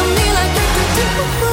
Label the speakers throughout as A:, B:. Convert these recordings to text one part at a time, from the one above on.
A: on me like do, do, do, do.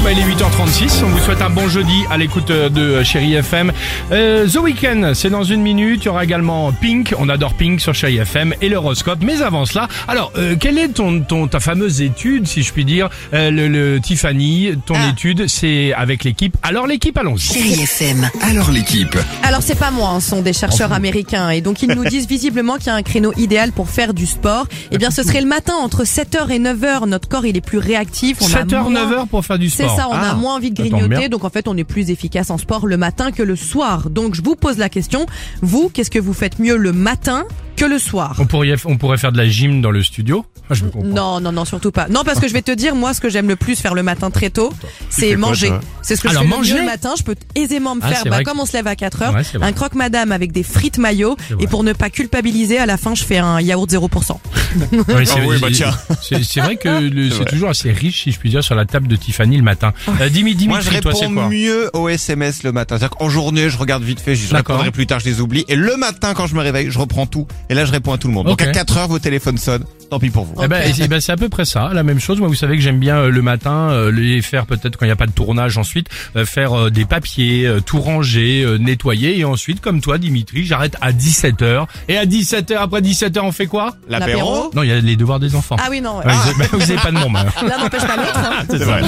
B: Bah, Il est 8h36. On vous souhaite un bon jeudi à l'écoute euh, de euh, Chéri FM. Euh, The Weeknd, c'est dans une minute. Il y aura également Pink. On adore Pink sur Chéri FM et l'horoscope. Mais avant cela, alors, euh, quelle est ton, ton, ta fameuse étude, si je puis dire, euh, le, le- Tiffany Ton
C: Ah.
B: étude, c'est avec l'équipe. Alors l'équipe, allons-y.
D: Chérie FM,
E: Alors l'équipe,
C: Alors c'est pas moi, hein, ce sont des chercheurs américains et donc ils nous disent visiblement qu'il y a un créneau idéal pour faire du sport. Eh bien ce serait le matin entre 7h et 9h, notre corps il est plus réactif, on a
B: 7h,
C: moins-
B: 9h pour faire du
C: C'est
B: sport.
C: ça, on
B: Ah.
C: a moins envie de
B: Ça tombe bien.
C: grignoter, donc en fait on est plus efficace en sport le matin que le soir. Donc je vous pose la question, vous, qu'est-ce que vous faites mieux le matin que le soir
B: On pourrait, on pourrait faire de la gym dans le studio. Ah, Je me comprends.
C: non, non, non, surtout pas. Non, parce que je vais te dire, moi, ce que j'aime le plus faire le matin très tôt, c'est manger. C'est ce que
B: Alors,
C: je fais
B: manger
C: le mieux le matin. Je peux aisément me
B: Ah,
C: faire,
B: c'est
C: bah,
B: vrai que-
C: comme on se lève à 4 heures,
B: Ouais, c'est vrai.
C: un croque-madame avec des frites maillot.
B: C'est vrai.
C: Et pour ne pas culpabiliser, à la fin, je fais un yaourt 0%.
F: Ah
B: Ouais, c'est
F: bah,
B: c'est- c'est vrai que le- c'est toujours assez riche, si je puis dire, sur la table de Tiffany le matin. Euh, Dimi- Dimitri,
F: Moi, je
B: toi,
F: réponds
B: c'est quoi
F: mieux aux SMS le matin. C'est-à-dire qu'en journée, je regarde vite fait, je
B: D'accord.
F: répondrai plus tard, je les oublie. Et le matin, quand je me réveille, je reprends tout. Et là, je réponds à tout le monde.
B: Ok.
F: Donc à 4 heures, vos téléphones sonnent. Tant pis pour vous.
B: Eh ben, eh ben, c'est à peu près ça, la même chose. Moi, vous savez que j'aime bien euh, le matin euh, les faire peut-être quand il n'y a pas de tournage ensuite, euh, faire euh, des papiers, euh, tout ranger, euh, nettoyer et ensuite, comme toi, Dimitri, j'arrête à 17h. Et à 17h, après 17h, on fait quoi
C: L'apéro.
F: L'apéro
B: Non, il y a les devoirs des enfants.
C: Ah oui, non. ouais. Ah,
B: Ouais, vous avez- vous n'avez pas de nom,
C: L'un n'empêche pas l'autre. hein.
F: C'est vrai.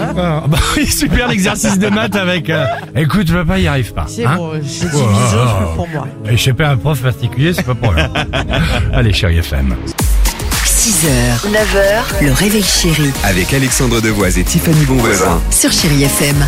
B: Ah, bah oui, super l'exercice de maths avec. euh, écoute, papa, il n'y arrive pas.
C: C'est
B: hein.
C: bon, c'est
B: Oh,
C: divisé,
B: oh,
C: je le
B: oh.
C: prends moi.
B: Et je sais pas un prof particulier, c'est pas pour rien. Allez, chérie FM.
D: 6h, 9h, le réveil chéri
E: avec Alexandre Devoise et Tiffany Bonvoisin.
D: sur Chérie FM.